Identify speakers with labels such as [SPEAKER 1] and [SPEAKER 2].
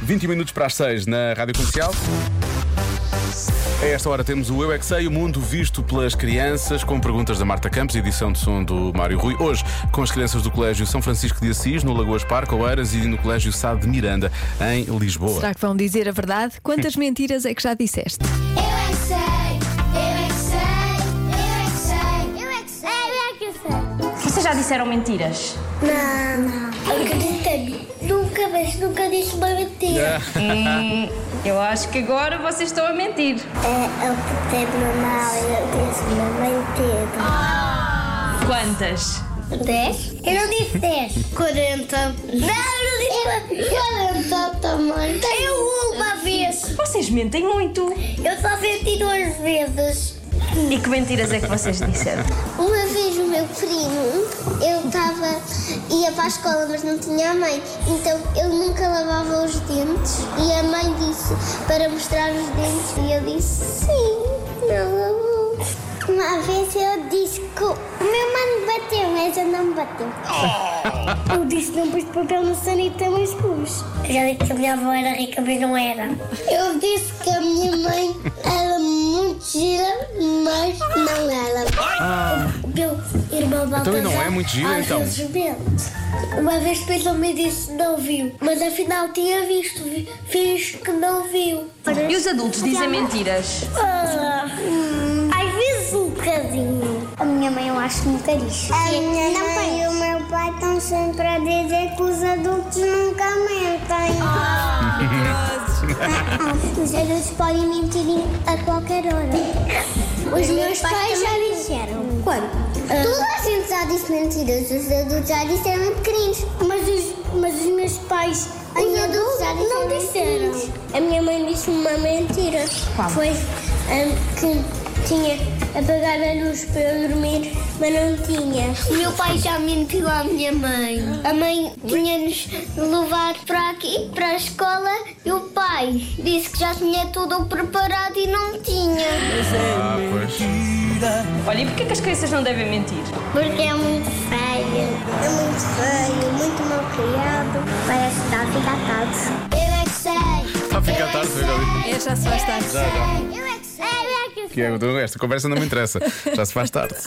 [SPEAKER 1] 20 minutos para as 6 na Rádio Comercial. A esta hora temos o Eu é que Sei, o mundo visto pelas crianças, com perguntas da Marta Campos, edição de som do Mário Rui. Hoje, com as crianças do Colégio São Francisco de Assis, no Lagoas Parque, Oeiras e no Colégio Sá de Miranda, em Lisboa.
[SPEAKER 2] Será que vão dizer a verdade? Quantas mentiras é que já disseste?
[SPEAKER 3] Eu é que sei, eu é que sei, eu é que sei, eu é que sei, eu é que sei.
[SPEAKER 4] Vocês já disseram mentiras?
[SPEAKER 3] Não, não. Acredita-me, nunca, mas nunca disse uma mentira.
[SPEAKER 4] Hum, eu acho que agora vocês estão a mentir.
[SPEAKER 3] É, eu portei-me mal, eu disse uma mentira.
[SPEAKER 4] Quantas?
[SPEAKER 3] 10? Eu não disse 10. 40. Não, eu não disse 40 também. Eu uma vez.
[SPEAKER 4] Vocês mentem muito.
[SPEAKER 3] Eu só senti duas vezes.
[SPEAKER 4] E que mentiras é que vocês disseram?
[SPEAKER 3] Uma vez o meu primo, eu estava, ia para a escola, mas não tinha a mãe, então ele nunca lavava os dentes e a mãe disse para mostrar os dentes e eu disse sim, não lavou. Uma vez eu disse que o meu mano bateu, mas eu não me bateu. Eu disse que não pus papel no sanita, mas pus. Já disse que a minha avó era rica, mas não era. Eu disse que a minha mãe era muito gira, mas não era. O meu irmão
[SPEAKER 1] Ah. Então, e não é muito gira,
[SPEAKER 3] às
[SPEAKER 1] então?
[SPEAKER 3] vezes mente. Uma vez pensou-me e disse que não viu, mas afinal tinha visto, vi- fiz que não viu.
[SPEAKER 4] E os adultos dizem mentiras.
[SPEAKER 3] Ah, hum, Às vezes um bocadinho. A minha mãe eu acho muito lixo. A minha mãe e o meu pai estão sempre a dizer que os adultos nunca mentem. Ah, os adultos podem mentir a qualquer hora. Os meus pais já disseram. Ah. Quando? Toda a gente já disse mentiras. Os adultos já disseram crimes. Mas os, mas os meus pais. Os adultos já disseram não disseram. A minha mãe disse uma mentira. Foi hum, que tinha apagado a luz para eu dormir, mas não tinha. O meu pai já mentiu à minha mãe. A mãe tinha-nos levar para aqui, para a escola, e o pai disse que já tinha tudo preparado e não tinha.
[SPEAKER 1] Ah, pois.
[SPEAKER 4] Olha, e porquê que as crianças não devem mentir?
[SPEAKER 3] Porque é muito feio. É muito feio, muito mal criado. Parece que tá está a ficar tarde. Eu é que sei.
[SPEAKER 1] Está a ficar tarde, já ouvi.
[SPEAKER 2] É, já se faz tarde.
[SPEAKER 3] Eu é que sei. Eu é que sei.
[SPEAKER 1] então, Que é, esta conversa não me interessa. Já se faz tarde.